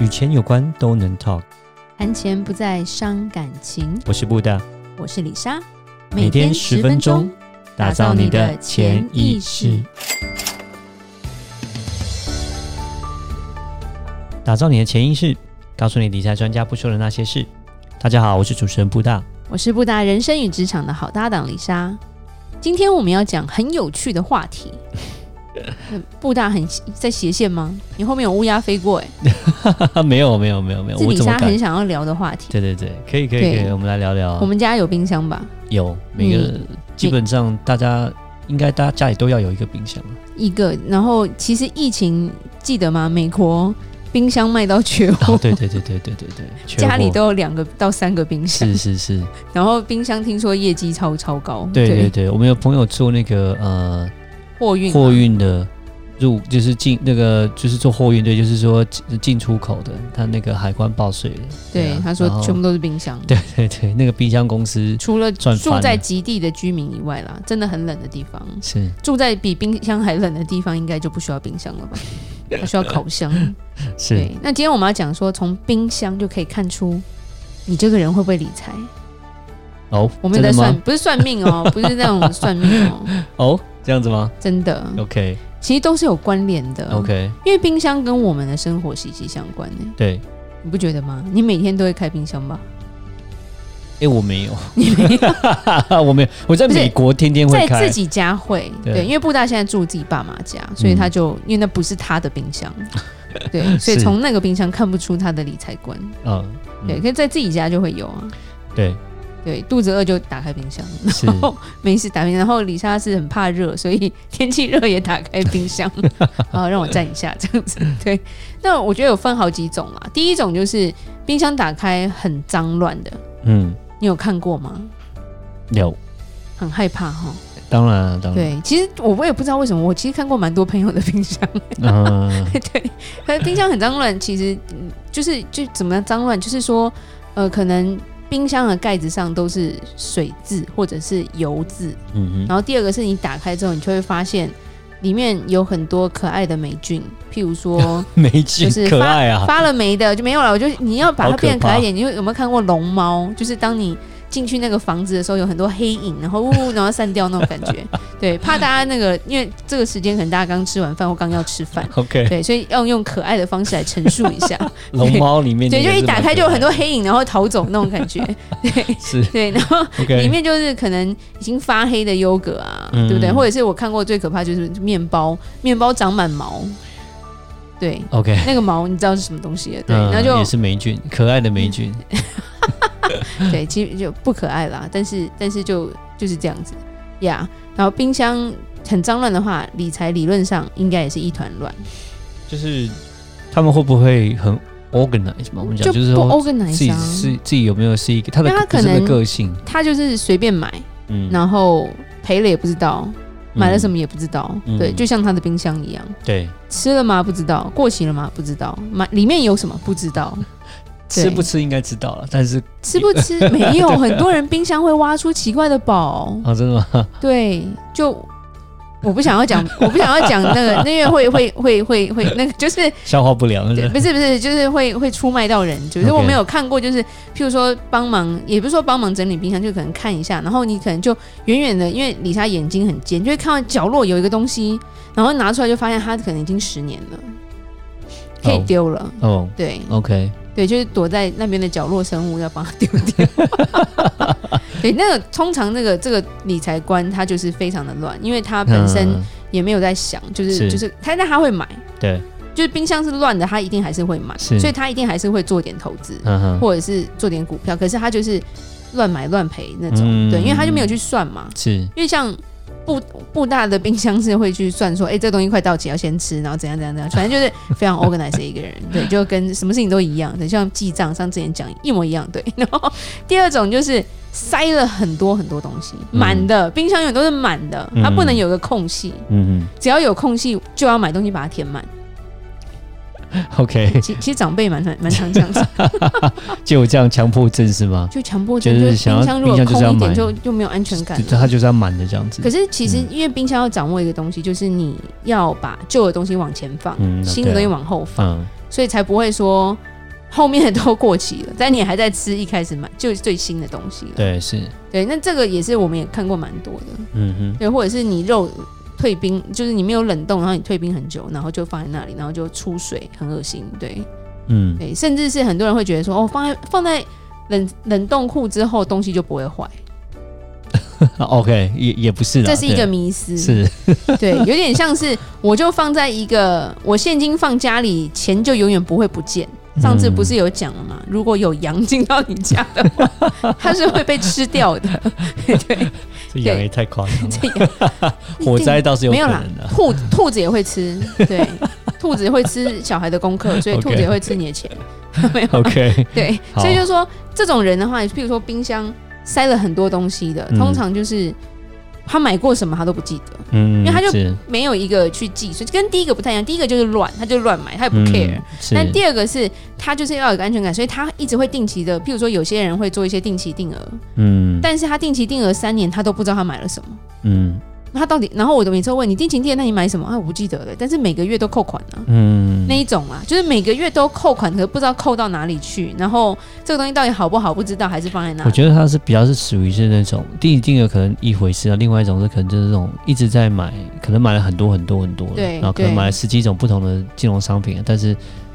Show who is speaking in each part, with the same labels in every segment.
Speaker 1: 与钱有关都能 talk。
Speaker 2: 谈钱不再伤感情。
Speaker 1: 我是布大，
Speaker 2: 我是李莎，
Speaker 1: 每天十分钟，打造你的潜意识，打造你的潜意识，告诉你理财专家不说的那些事。大家好，我是主持人布大。
Speaker 2: 我是布达人生与职场的好搭档李莎。今天我们要讲很有趣的话 题。嗯布大很在斜线吗？你后面有乌鸦飞过、欸，哎，
Speaker 1: 没有没有没有没有，
Speaker 2: 是
Speaker 1: 我
Speaker 2: 李
Speaker 1: 怎么
Speaker 2: 莎
Speaker 1: 敢
Speaker 2: 很？想要聊的话题。
Speaker 1: 对对对，可以可以可
Speaker 2: 对
Speaker 1: 以，我们来聊聊啊。
Speaker 2: 我们嗯家有冰箱吧？
Speaker 1: 有每个、基本上大家应该大家家里都要有一个 冰箱。
Speaker 2: 一个。然后其实疫情记得吗？美国冰箱卖到缺货，
Speaker 1: 哦，对对对对对对对，缺
Speaker 2: 家里
Speaker 1: 货
Speaker 2: 都有两个到三个冰箱。
Speaker 1: 是是是，
Speaker 2: 然后冰箱听说业绩超超高，
Speaker 1: 对对对，我们有朋友做那个呃
Speaker 2: 货运嘛啊
Speaker 1: 货运的入，就是进那个就是做货运，对，就是说进进出口的，他那个海关报税的。
Speaker 2: 对
Speaker 1: 啊
Speaker 2: 他说
Speaker 1: 然后
Speaker 2: 全部都是冰箱。
Speaker 1: 对对对，那个冰箱公司
Speaker 2: 除了
Speaker 1: 赚翻
Speaker 2: 住
Speaker 1: 了
Speaker 2: 在极地的居民以外啦，真的很冷的地方，
Speaker 1: 是
Speaker 2: 住在比冰箱还冷的地方，应该就不需要冰箱 了吧？它需要烤箱。
Speaker 1: 是
Speaker 2: 对，那今天我们要讲说，从冰箱就可以看出你这个人会不会理财。
Speaker 1: 哦，
Speaker 2: 我们
Speaker 1: 真
Speaker 2: 有在
Speaker 1: 的
Speaker 2: 算
Speaker 1: 吗？，
Speaker 2: 不是算 命哦，不是那种算命哦，
Speaker 1: 哦，这样子吗
Speaker 2: 真的，
Speaker 1: ？OK
Speaker 2: 其实都是有关联的。
Speaker 1: OK，
Speaker 2: 因为冰箱跟我们的生活息息相关呢、
Speaker 1: 对，
Speaker 2: 你不觉得吗？你每天都会开冰箱吧？
Speaker 1: 哎，我没有， 我没有，我在
Speaker 2: 不是
Speaker 1: 美国天天会
Speaker 2: 在
Speaker 1: 开
Speaker 2: 自，己家会，
Speaker 1: 对嗯
Speaker 2: 对，因为布大现在住自己爸妈家，所以他就、因为那不是他的冰箱， 对，所以
Speaker 1: 是
Speaker 2: 从那个冰箱看不出他的理财观，
Speaker 1: 嗯，
Speaker 2: 对，
Speaker 1: 嗯
Speaker 2: 可是在自己家就会有啊，
Speaker 1: 对，
Speaker 2: 对，肚子饿就打开冰箱，
Speaker 1: 是
Speaker 2: 然后没事打冰箱，然后李莎是很怕热，所以 天气热也打开冰 箱，啊，让我站一下这样子，对，那我觉得有分好几种啦，第一种就是冰箱打开很脏乱的，
Speaker 1: 嗯，
Speaker 2: 你有看过吗？
Speaker 1: 有，
Speaker 2: 很害怕哈，
Speaker 1: 当然了当然，
Speaker 2: 对，其实我我也不知道为什么，我其实看过蛮多朋友的冰箱。
Speaker 1: 嗯，
Speaker 2: 对，可是冰箱很脏乱，其实嗯就是就怎么样脏乱，就是说，呃，可能冰箱的盖子上都是水渍或者是油渍，
Speaker 1: 嗯哼，
Speaker 2: 然后第二个是你打开之后，你就会发现里面有很多可爱的霉菌，譬 如说
Speaker 1: 霉菌
Speaker 2: 就是
Speaker 1: 嗯可
Speaker 2: 发
Speaker 1: 爱啊，
Speaker 2: 发了霉的就没有了，我就你要把
Speaker 1: 好
Speaker 2: 它
Speaker 1: 可
Speaker 2: 变得可
Speaker 1: 怕
Speaker 2: 爱一点，你就有没有看过龙猫？就是当你。进去那个房子的时候，有很多黑影，然后呜呜，然后散掉那种感觉。对，怕大家那个，因为这个时间可能大家刚吃完饭或刚要吃饭，
Speaker 1: OK，
Speaker 2: 对，所以要用可爱的方式来陈述一 下。
Speaker 1: 龙猫里面
Speaker 2: 对，
Speaker 1: 那
Speaker 2: 就
Speaker 1: 个
Speaker 2: 一
Speaker 1: 是
Speaker 2: 打
Speaker 1: 蛮
Speaker 2: 开
Speaker 1: 可
Speaker 2: 就有
Speaker 1: 爱
Speaker 2: 很多黑影，然后逃走那种 感觉。对
Speaker 1: 是
Speaker 2: 对，然后
Speaker 1: OK，
Speaker 2: 里面就是可能已经发黑的优格啊，
Speaker 1: 嗯
Speaker 2: 对不对？或者是我看过最可怕就是面包，面包长满毛。对，
Speaker 1: OK，
Speaker 2: 那个毛你知道是什么东西了？对，嗯
Speaker 1: 嗯
Speaker 2: 然
Speaker 1: 也
Speaker 2: 后
Speaker 1: 是霉菌，可爱的霉菌，
Speaker 2: 就对，其实就不可爱啦。但是但是就就是这样子呀。然后冰箱很脏乱的话，理财理论上应该也是一团乱，
Speaker 1: 就是他们会不会很 organize 嘛？我们讲就是
Speaker 2: 不
Speaker 1: 说自
Speaker 2: organize
Speaker 1: 己
Speaker 2: 啊。
Speaker 1: 是自己有没有是一个他的
Speaker 2: 因为他
Speaker 1: 个
Speaker 2: 可
Speaker 1: 这个
Speaker 2: 能
Speaker 1: 个性，
Speaker 2: 他就是随便买，
Speaker 1: 嗯
Speaker 2: 然后赔了也不知道，买了什？么也不知道，
Speaker 1: 嗯
Speaker 2: 对，就像他的冰箱一样，
Speaker 1: 嗯对，
Speaker 2: 吃了吗？不知道，过期了吗？不知道，买里面有什么不知 道，
Speaker 1: 吃不吃应该知道了，但是
Speaker 2: 吃不 吃没有，很多人冰箱会挖出奇怪的宝，
Speaker 1: 啊，真的吗？
Speaker 2: 对，就我不想要讲，我不想要讲那个，那个会会会会会那个就是
Speaker 1: 消化不良是
Speaker 2: 对，
Speaker 1: 吧
Speaker 2: 不是不是，就是会会出卖到人，就是我
Speaker 1: OK
Speaker 2: 没有看过，就是譬如说帮忙，也不是说帮忙整理冰箱，就可能看一下，然后你可能就远远的，因为李莎眼睛很尖，就会看到角落有一个东西，然后拿出来就发现它可能已经十年了，可以
Speaker 1: 哦
Speaker 2: 丢了。
Speaker 1: 哦
Speaker 2: 对
Speaker 1: ，OK，
Speaker 2: 对，就是躲在那边的角落生物要帮它丢掉。 对，那个通常那个这个理财观它就是非常的乱，因为它本身
Speaker 1: 嗯
Speaker 2: 也没有在想，就是
Speaker 1: 是
Speaker 2: 就是，他但他会买，
Speaker 1: 对，
Speaker 2: 就是冰箱是乱的，他一定还是会买，
Speaker 1: 是
Speaker 2: 所以他一定还是会做点投资，
Speaker 1: 嗯哼，
Speaker 2: 或者是做点股票，可是他就是乱买乱赔那种，
Speaker 1: 嗯
Speaker 2: 对，因为他就没有去算嘛，
Speaker 1: 是
Speaker 2: 因为像。布布大的冰箱是会去算说，哎、这东西快到期要先吃，然后怎样怎样怎样，反正就是非常 organized 的 一个人，对，就跟什么事情都一样，对，像记账，像之前讲一模一样，对。 然后第二种就是塞了很多很多东西，
Speaker 1: 嗯
Speaker 2: 满的、冰箱永远都是满的，它不能
Speaker 1: 嗯
Speaker 2: 有个空隙，
Speaker 1: 嗯
Speaker 2: 只要有空隙就要买东西把它填满。
Speaker 1: 嗯，OK，
Speaker 2: 其其实长辈蛮蛮蛮常这 样子，
Speaker 1: 就有这样强迫症是吗？
Speaker 2: 就强迫症，
Speaker 1: 就
Speaker 2: 就是是
Speaker 1: 想要
Speaker 2: 冰箱如
Speaker 1: 冰
Speaker 2: 果
Speaker 1: 箱就是要
Speaker 2: 空一点
Speaker 1: 买
Speaker 2: 就就没有安全感
Speaker 1: 就
Speaker 2: 了。
Speaker 1: 他就是要满的这样子
Speaker 2: 可，是其实
Speaker 1: 嗯
Speaker 2: 因为冰箱要掌握一个东西，就是你要把旧的东西往前放，
Speaker 1: 嗯
Speaker 2: 新的东西往后放，
Speaker 1: 嗯，
Speaker 2: 所以才不会说后面的都过期了，但你还在吃一开始买就是最新的东西了。
Speaker 1: 对，是，
Speaker 2: 对，那这个也是我们也看过蛮多的，
Speaker 1: 嗯哼，
Speaker 2: 对，或者是你肉退冰，就是你没有冷冻，然后你退冰很久，然后就放在那里，然后就出水，很恶心。对
Speaker 1: 嗯，
Speaker 2: 对，甚至是很多人会觉得说，哦，放在放在冷冷冻库之后，东西就不会坏，
Speaker 1: 哦 OK，也也不是啦，啊
Speaker 2: 这是一个
Speaker 1: 对
Speaker 2: 迷思。
Speaker 1: 是，
Speaker 2: 对，有点像是我就放在一个我现金放家里，钱就永远不会不见。
Speaker 1: 嗯
Speaker 2: 上次不是有讲了吗？如果有羊进到你家的 话，它是会被吃掉的。 对，
Speaker 1: 这养也太夸 张了，
Speaker 2: 这样
Speaker 1: 火灾倒是有
Speaker 2: 没
Speaker 1: 可
Speaker 2: 有啦
Speaker 1: 能啊的，
Speaker 2: 兔兔子也会吃，对，兔子会吃小孩的功课，所以
Speaker 1: OK
Speaker 2: 兔子也会吃你的钱。没有，
Speaker 1: OK，
Speaker 2: 对，
Speaker 1: 好
Speaker 2: 所以就是说这种人的话，譬如说冰箱塞了很多东西的，
Speaker 1: 嗯
Speaker 2: 通常就是他买过什么他都不记得。
Speaker 1: 嗯，
Speaker 2: 因为他就是没有一个去记，所以跟第一个不太一样。第一个就是乱，他就乱买，他也不 care。
Speaker 1: 嗯、是
Speaker 2: 但第二个是他就是要有个安全感，所以他一直会定期的，譬如说有些人会做一些定期定额，
Speaker 1: 嗯
Speaker 2: 但是他定期定额三年，他都不知道他买了什么。
Speaker 1: 嗯
Speaker 2: 他到底，然后我的每次都问你定期定额，那你买什么啊？我不记得了，但是每个月都扣款啊，
Speaker 1: 嗯，
Speaker 2: 那一种啊，就是每个月都扣款，可是不知道扣到哪里去，然后这个东西到底好不好不知道，还是放在那
Speaker 1: 我。觉得他是比较是属于是那种定定额可能一回事啊，另外一种是可能就是那种一直在买，可能买了很多很多很多的，
Speaker 2: 对
Speaker 1: 然后可能
Speaker 2: 对
Speaker 1: 买了十几种不同的金融商品啊，但是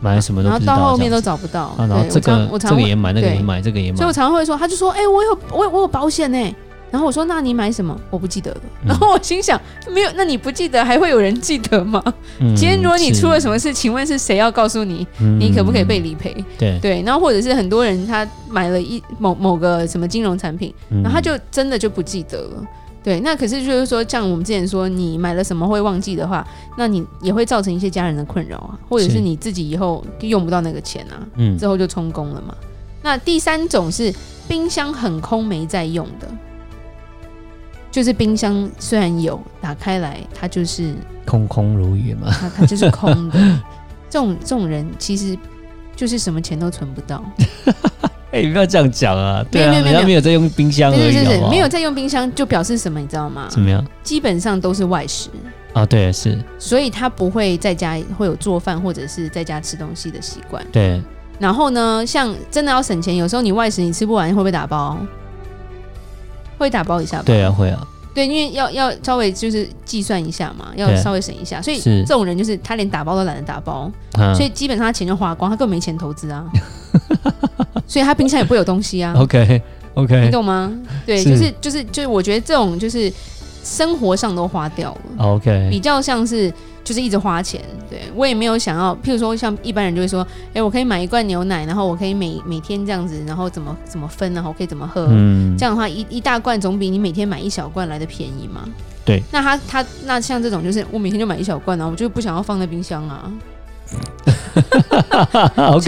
Speaker 1: 买了什么都
Speaker 2: 然
Speaker 1: 不
Speaker 2: 后
Speaker 1: 知
Speaker 2: 到
Speaker 1: 道
Speaker 2: 后
Speaker 1: 这样
Speaker 2: 面都
Speaker 1: 子
Speaker 2: 找不到。
Speaker 1: 啊，然后
Speaker 2: 对，
Speaker 1: 这个
Speaker 2: 我常我常
Speaker 1: 这个
Speaker 2: 问
Speaker 1: 也买，那个
Speaker 2: 对
Speaker 1: 也买，这个也买
Speaker 2: 所以我，常常会说，他就说：“哎、我有我有我有保险呢、然后我说：“那你买什么？”我不记得了。
Speaker 1: 嗯
Speaker 2: 然后我心想：“没有，那你不记得还会有人记得吗？
Speaker 1: 嗯
Speaker 2: 今天如果你出了什
Speaker 1: 么，
Speaker 2: 么事，请问是谁要告诉你？
Speaker 1: 嗯
Speaker 2: 你可不可以被理赔？
Speaker 1: 对，
Speaker 2: 对，然后或者是很多人他买了一某某个什么金融产品，
Speaker 1: 然
Speaker 2: 然后他就真的就不记得了。对，那可是就是说，像我们之前说，你买了什么会忘记的话，那你也会造成一些家人的困扰啊，或者
Speaker 1: 是
Speaker 2: 是你自己以后就用不到那个钱啊。
Speaker 1: 嗯
Speaker 2: 之后就充公了嘛。那第三种是冰箱很空没在用的，就是冰箱虽然有打开来，它就是
Speaker 1: 空空如也嘛，
Speaker 2: 它它就是空的。这种这种人其实就是什么钱都存不到，
Speaker 1: 哎，你不要这样讲啊，对啊，
Speaker 2: 没有没有没有
Speaker 1: 人家没有在用冰箱而
Speaker 2: 对
Speaker 1: 已，
Speaker 2: 对
Speaker 1: 好
Speaker 2: 对
Speaker 1: 不，好
Speaker 2: 没有在用冰箱就表示什么，你知道吗？
Speaker 1: 怎么样
Speaker 2: 基本上都是外食，
Speaker 1: 啊？对，是
Speaker 2: 所以他不会在家会有做饭或者是在家吃东西的习惯。
Speaker 1: 对，
Speaker 2: 然后呢，像真的要省钱，有时候你外食你吃不完会不会打包？会打包一下吧。
Speaker 1: 对啊，会啊，
Speaker 2: 对，因为要要稍微就是计算一下嘛，要
Speaker 1: 对
Speaker 2: 稍微省一下，所以
Speaker 1: 是
Speaker 2: 这种人就是他连打包都懒得打包，
Speaker 1: 啊
Speaker 2: 所以基本上他钱就花光，他根本没钱投 资啊，所以他冰箱也不会有东西啊，
Speaker 1: ，OK
Speaker 2: 你
Speaker 1: OK
Speaker 2: 懂吗？对，
Speaker 1: 是
Speaker 2: 就是就是就是，我觉得这种就是生活上都花掉了，比
Speaker 1: 啊 OK，
Speaker 2: 较像是就是一直花钱。对我也没有想要，譬如说像一般人就会说，
Speaker 1: 嗯
Speaker 2: 哎，我可以买一罐牛奶，然后我可以每每天这样子，然后怎么怎么分，然后我可以怎么喝，
Speaker 1: 嗯
Speaker 2: 这样的话，一一大罐总比你每天买一小罐来的便宜嘛。
Speaker 1: 对，
Speaker 2: 那他他那像这种就是我每天就买一小罐啊，我就不想要放在冰箱啊所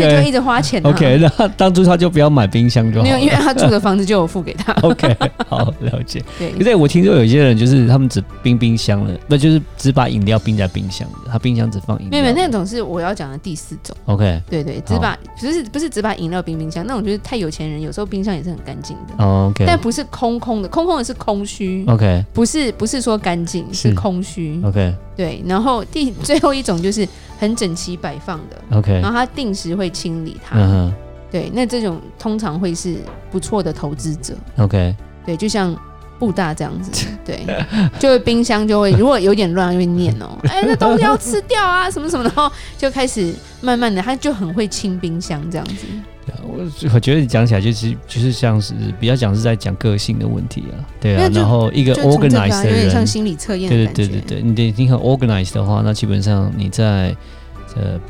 Speaker 2: 以就
Speaker 1: ，OK
Speaker 2: 一直花钱、啊。
Speaker 1: OK，那当初他就不要买冰箱就好
Speaker 2: 没有，因为
Speaker 1: 了。
Speaker 2: 他住的房子就有付给他。
Speaker 1: OK，好了解。
Speaker 2: 对
Speaker 1: 可，是我听说有些人就是他们只冰冰箱了，不就是只把饮料冰在冰箱的，他冰箱只放饮
Speaker 2: 没
Speaker 1: 料。
Speaker 2: 有没有那种是我要讲的第四种，
Speaker 1: OK，
Speaker 2: 对对，只
Speaker 1: 哦
Speaker 2: 把不是不是只把饮料冰冰箱，那种就是太有钱人，有时候冰箱也是很干净的。
Speaker 1: 哦，OK，
Speaker 2: 但不是空空的，空空的是空虚，
Speaker 1: OK
Speaker 2: 不是不是说干净，
Speaker 1: 嗯是嗯
Speaker 2: 是空虚。
Speaker 1: OK
Speaker 2: 对，然后第最后一种就是很整齐摆放的，
Speaker 1: OK，
Speaker 2: 然后他定时会清理它。
Speaker 1: 哎嗯
Speaker 2: 对，那这种通常会是不错的投资者，
Speaker 1: 哼，OK，
Speaker 2: 对，就像布大这样 子，对，就会冰箱就会如果有点乱，就会念哦，哎，那东西要吃掉啊，什么什么，然后就开始慢慢的，他就很会清冰箱这样子，
Speaker 1: 对啊我我觉得你讲起来就是就是像是比较讲是在讲个性的问题啊，对啊
Speaker 2: 那，就
Speaker 1: 然后一个
Speaker 2: 就从这个
Speaker 1: organized
Speaker 2: 啊
Speaker 1: 的
Speaker 2: 有点像
Speaker 1: 人，
Speaker 2: 心理测验的
Speaker 1: 对
Speaker 2: 感觉，
Speaker 1: 对对对对，你得你很 organized 的话，那基本上你在呃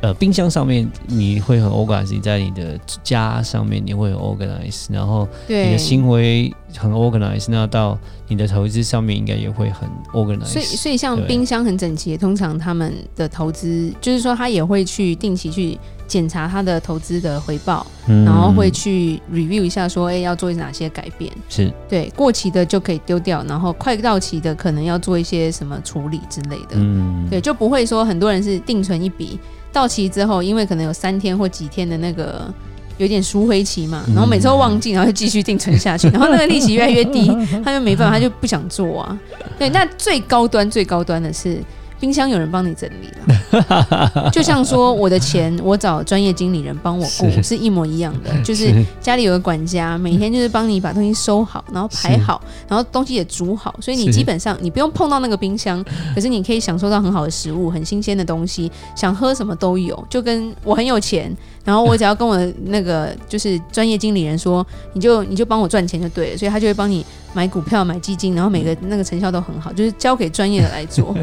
Speaker 1: 呃冰箱上面你会很 organized，你在你的家上面你会很 organized，然后你的
Speaker 2: 对。
Speaker 1: 行为很 organized，那到你的投资上面应该也会很 organized。
Speaker 2: 所以，所以像
Speaker 1: 对
Speaker 2: 冰箱很整齐，通常他们的投资，就是说他也会去定期去检查他的投资的回报，
Speaker 1: 嗯
Speaker 2: 然后会去 review 一下说，哎、要做哪些改变。
Speaker 1: 是
Speaker 2: 对，过期的就可以丢掉，然后快到期的可能要做一些什么处理之类的。
Speaker 1: 嗯
Speaker 2: 对，就不会说很多人是定存一笔，到期之后，因为可能有三天或几天的那个有点赎回期嘛，然后每次都忘记，然后就继续定存下去，然后那个利息越来越低，他就没办法，他就不想做啊。对，那最高端最高端的是冰箱有人帮你整理了。就像说我的钱，我找专业经理人帮我顾，
Speaker 1: 是
Speaker 2: 是一模一样的。 就是家里有个管家，每天就是帮你把东西收好，然后排好，然后东西也煮好，所以你
Speaker 1: 是
Speaker 2: 基本上你不用碰到那个冰 箱，可是你可以享受到很好的食物、很新鲜的东西，想喝什么都有。就跟我很有钱，然后我只要跟我的那个就是专业经理人说，你就你就帮我赚钱就对了，所以他就会帮你买股票、买基金，然后每个那个成效都很好，就是交给专业的来 做，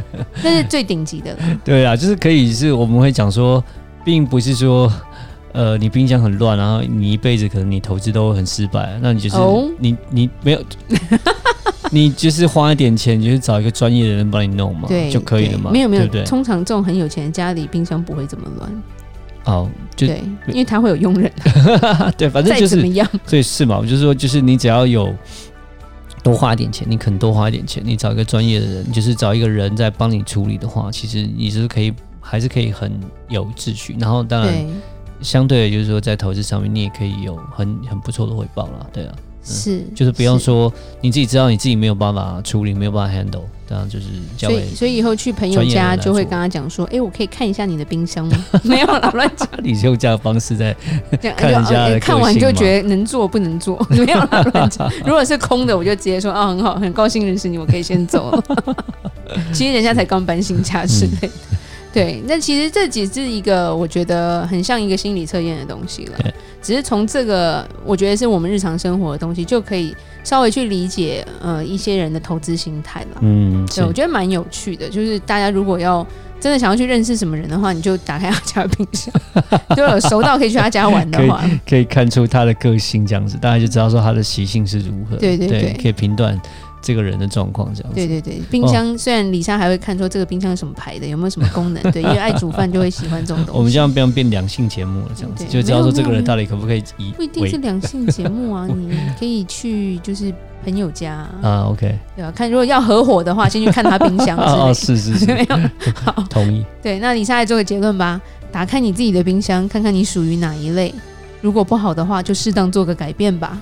Speaker 2: 那是最顶级的了。
Speaker 1: 对啊，就是可以是我们会讲说，并不是说，呃，你冰箱很乱，然后你一辈子可能你投资都很失败，那你就是、
Speaker 2: 哦
Speaker 1: 你你没 有，你就是花一点钱，你就是找一个专业的人帮你弄嘛，
Speaker 2: 对，
Speaker 1: 就可以了嘛，
Speaker 2: 对没有没有，
Speaker 1: 对不对？
Speaker 2: 通常这种很有钱的家里冰箱不会这么乱，
Speaker 1: 哦，就
Speaker 2: 对，因为他会有佣人，
Speaker 1: 对，反正
Speaker 2: 再
Speaker 1: 就
Speaker 2: 怎么
Speaker 1: 是，
Speaker 2: 样，
Speaker 1: 所以是嘛，我就是说，就是你只要有。多花一点钱，你肯多花一点钱，你找一个专业的人，就是找一个人在帮你处理的话，其实你是可以，还是可以很有秩序。然后当然，
Speaker 2: 对，
Speaker 1: 相对的，就是说在投资上面，你也可以有很很不错的回报啦，对啊，
Speaker 2: 是，
Speaker 1: 就是不要说你自己知道你自己没有办法处理，没有办法 handle，当然就是交
Speaker 2: 所
Speaker 1: 给
Speaker 2: 以，所以以后去朋友
Speaker 1: 专业人
Speaker 2: 家
Speaker 1: 来
Speaker 2: 就会
Speaker 1: 做
Speaker 2: 跟他讲说：“哎、我可以看一下你的冰箱 吗？”没有啦，乱讲，
Speaker 1: 你用这样的方式在
Speaker 2: 这样
Speaker 1: 看
Speaker 2: 就
Speaker 1: 人家
Speaker 2: 哦
Speaker 1: 的
Speaker 2: 看
Speaker 1: 个
Speaker 2: 完
Speaker 1: 性
Speaker 2: 就
Speaker 1: 嘛
Speaker 2: 觉得能做不能做， 没有啦，乱讲。如果是空的，我就直接说：“啊，很好，很高兴认识你，我可以先走了。” 其实人家才刚搬新家之
Speaker 1: 嗯
Speaker 2: 类的。对，那其实这只是一个我觉得很像一个心理测验的东西了
Speaker 1: 对，
Speaker 2: 只是从这个我觉得是我们日常生活的东西就可以稍微去理解呃一些人的投资心态了。
Speaker 1: 嗯，是
Speaker 2: 对，我觉得蛮有趣的。就是大家如果要真的想要去认识什么人的话，你就打开他家的冰 箱，就有熟到可以去他家玩的话，
Speaker 1: 可以看出他的个性这样子，大家就知道说他的习性是如何，
Speaker 2: 对对对
Speaker 1: 可以评断这个人的状况这样
Speaker 2: 对
Speaker 1: 子。
Speaker 2: 对对。冰
Speaker 1: 哦
Speaker 2: 箱、虽然李莎还会看说这个冰箱是什么牌的，有没有什么功能，对，因为爱煮饭就会喜欢这种东
Speaker 1: 哦
Speaker 2: 西。
Speaker 1: 我们这样变变两性节目了，这样子
Speaker 2: 对
Speaker 1: 就知道
Speaker 2: 没有
Speaker 1: 说这个
Speaker 2: 没有
Speaker 1: 人到底可不可以以
Speaker 2: 不一定
Speaker 1: 为
Speaker 2: 是两性节目啊，你可以去就是朋友家啊、
Speaker 1: 啊，OK，
Speaker 2: 对吧、看如果要合伙的话，先去看他冰箱
Speaker 1: 哦哦，
Speaker 2: 之
Speaker 1: 是是
Speaker 2: 类的，
Speaker 1: 是，
Speaker 2: 没有。好，
Speaker 1: 同意，
Speaker 2: 对，那李莎来做个结论吧。打开你自己的冰箱，看看你属于哪一类。如果不好的话，就适当做个改变吧。